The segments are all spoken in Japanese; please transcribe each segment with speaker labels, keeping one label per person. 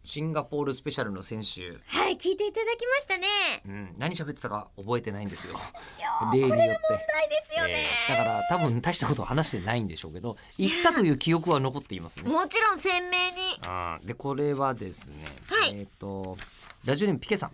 Speaker 1: シンガポールスペシャルの先週、
Speaker 2: はい、聞いていただきましたね。
Speaker 1: うん、何喋ってたか覚えてないんですよ。
Speaker 2: よ
Speaker 1: 例によって。
Speaker 2: ないですよね。
Speaker 1: えーだから多分大したこと話してないんでしょうけど行ったという記憶は残っていますね。
Speaker 2: もちろん鮮明に。
Speaker 1: あーでこれはですね、
Speaker 2: はい
Speaker 1: えっ、とラジオネームピケさん、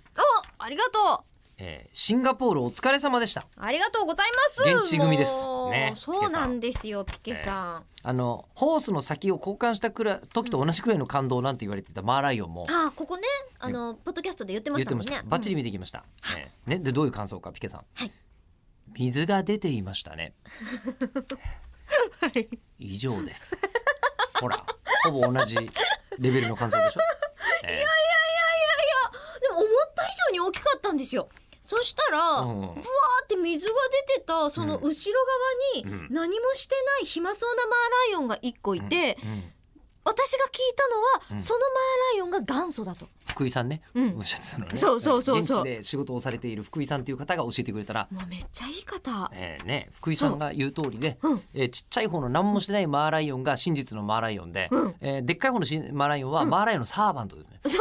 Speaker 2: お、ありがと
Speaker 1: えーシンガポールお疲れ様でした
Speaker 2: う。ありがとうございます。
Speaker 1: 現地組です
Speaker 2: もう
Speaker 1: ね
Speaker 2: そうなんですよ、ピケさん。
Speaker 1: あのホースの先を交換したくら時と同じくらいの感動なんて言われてたマーライオンも
Speaker 2: あ、ここね、あの、ポッドキャストで言ってま
Speaker 1: 言っ
Speaker 2: し
Speaker 1: たて
Speaker 2: も
Speaker 1: ま
Speaker 2: ん
Speaker 1: し
Speaker 2: ね
Speaker 1: た。バッチリ見てきました、えーねでどういう感想かピケさん、
Speaker 2: はい
Speaker 1: 水が出ていましたね
Speaker 2: はい
Speaker 1: 以上ですほらほぼ同じレベルの感想で しょ、えー
Speaker 2: でも思った以上に大きかったんですよ。そしたら、
Speaker 1: う
Speaker 2: ぶ
Speaker 1: ん
Speaker 2: わーって水が出てた、その後ろ側
Speaker 1: うん
Speaker 2: に何もしてない暇そうなマーライオンが一個いて、
Speaker 1: うん
Speaker 2: 私が聞いたのは、
Speaker 1: うん
Speaker 2: そのマーライオンが元祖だと。
Speaker 1: 福井さんね、
Speaker 2: うん
Speaker 1: おっしゃってたのね
Speaker 2: そうそうそうそう
Speaker 1: 現地で仕事をされている福井さんという方が教えてくれたら、
Speaker 2: もうめっちゃいい方。
Speaker 1: えーね、福井さんが言う通りで、
Speaker 2: うん
Speaker 1: えーちっちゃい方の何もしてないマーライオンが真実のマーライオンで、
Speaker 2: うん
Speaker 1: えーでっかい方のしマーライオンはマーライオンのサーバントですね、うん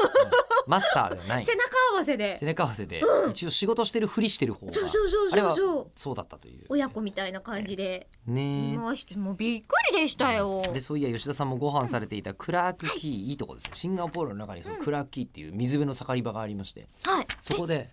Speaker 1: マスターではない
Speaker 2: 背中合わせで
Speaker 1: 背中合わせで一応仕事してるふりしてる方が、
Speaker 2: そうそうそうそう
Speaker 1: あれはそうだったという
Speaker 2: 親子みたいな感じで
Speaker 1: ね
Speaker 2: 回してもうびっくりでしたよ。
Speaker 1: でそういや吉田さんもご飯されていたクラークキー、い、いとこですねシンガポールの中にそのクラークキーっていう水辺の盛り場がありまして
Speaker 2: はい。
Speaker 1: そこで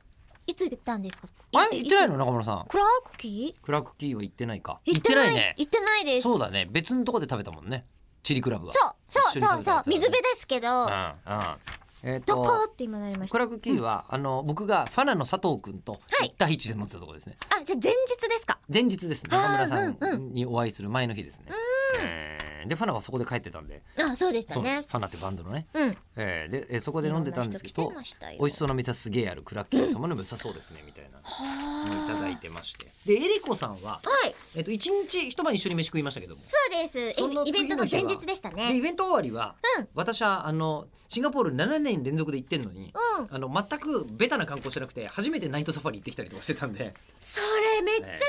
Speaker 2: いつ行ったんですか。
Speaker 1: 「あれ行ってない
Speaker 2: の。
Speaker 1: の中村さん
Speaker 2: クラークキー。
Speaker 1: クラークキーは行ってないか
Speaker 2: 行ってない
Speaker 1: ね
Speaker 2: 行ってないです。
Speaker 1: そう
Speaker 2: だ。
Speaker 1: だね別のとこで食べたもんねチリクラブは
Speaker 2: そうそ
Speaker 1: 一緒
Speaker 2: う
Speaker 1: に食
Speaker 2: そう
Speaker 1: べたや
Speaker 2: そう
Speaker 1: つだね
Speaker 2: 水辺ですけど、
Speaker 1: うんうんえっ
Speaker 2: どことって今なりまし
Speaker 1: ク
Speaker 2: た。
Speaker 1: ラークキーは、あの僕がファナの佐藤君と
Speaker 2: はい
Speaker 1: 1対1で乗ってたところですね、
Speaker 2: あじゃあ前日ですか。
Speaker 1: 前日ですね
Speaker 2: あー
Speaker 1: 中村さ
Speaker 2: うん
Speaker 1: にお会いする前の日ですね、えーでファナはそこで帰ってたんで
Speaker 2: あそうでし
Speaker 1: そ
Speaker 2: た
Speaker 1: うなん
Speaker 2: ね
Speaker 1: です。ファナってバンドのね、
Speaker 2: うん。
Speaker 1: えーでえーそこで飲んでたんですけ
Speaker 2: いろ
Speaker 1: ど
Speaker 2: んな人来てましたよ
Speaker 1: 美味しそうな店すげえあるクラッキーの玉のぶさそうですねみたいなのをいただいてましてでエリコさんは、
Speaker 2: はい。
Speaker 1: えっと、一日一晩一緒に飯食いましたけども
Speaker 2: そうです。
Speaker 1: その
Speaker 2: イイベントの
Speaker 1: 次
Speaker 2: 前
Speaker 1: の日は
Speaker 2: 日でした
Speaker 1: でイ
Speaker 2: ね。
Speaker 1: ベント終わりは、
Speaker 2: うん
Speaker 1: 私はあのシンガポール7年連続で行ってんのに、
Speaker 2: うん。
Speaker 1: あの全くベタな観光してなくて初めてナイトサファリ行ってきたりとかしてたんで
Speaker 2: それめっちゃ一緒に行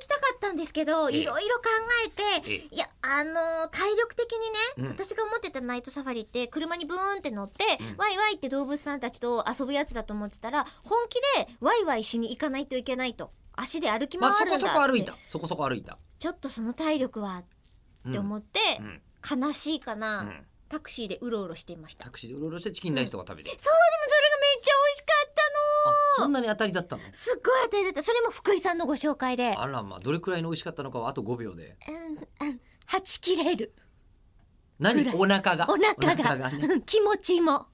Speaker 2: きたかったんですけど、
Speaker 1: ええ
Speaker 2: いろいろ考えて、
Speaker 1: え
Speaker 2: いやあのー体力的にね、
Speaker 1: うん
Speaker 2: 私が思ってたナイトサファリって車にブーンって乗って、ワイワイって動物さんたちと遊ぶやつだと思ってたら本気でワイワイしに行かないといけないと足で歩き
Speaker 1: まあ
Speaker 2: 回
Speaker 1: そ
Speaker 2: る
Speaker 1: こ
Speaker 2: んだ
Speaker 1: そ
Speaker 2: って、
Speaker 1: こ歩いたそこそこ歩いた、
Speaker 2: ちょっとその体力は
Speaker 1: うん
Speaker 2: って思って、
Speaker 1: うん
Speaker 2: 悲しいかな、
Speaker 1: うん
Speaker 2: タクシーでうろうろしていました
Speaker 1: タクシーでうろうろしてチキンライスとか食べて、
Speaker 2: そうでもそれがめっちゃ美味しかっ
Speaker 1: あ
Speaker 2: たの
Speaker 1: そんなに当たりだったの
Speaker 2: すっごい当たりだったそれも福井さんのご紹介で
Speaker 1: あらまあどれくらいの美味しかったのかはあと5秒で
Speaker 2: うんうんはち切れる
Speaker 1: 何
Speaker 2: ぐらい
Speaker 1: お腹が
Speaker 2: お腹が
Speaker 1: ね
Speaker 2: うん気持ちも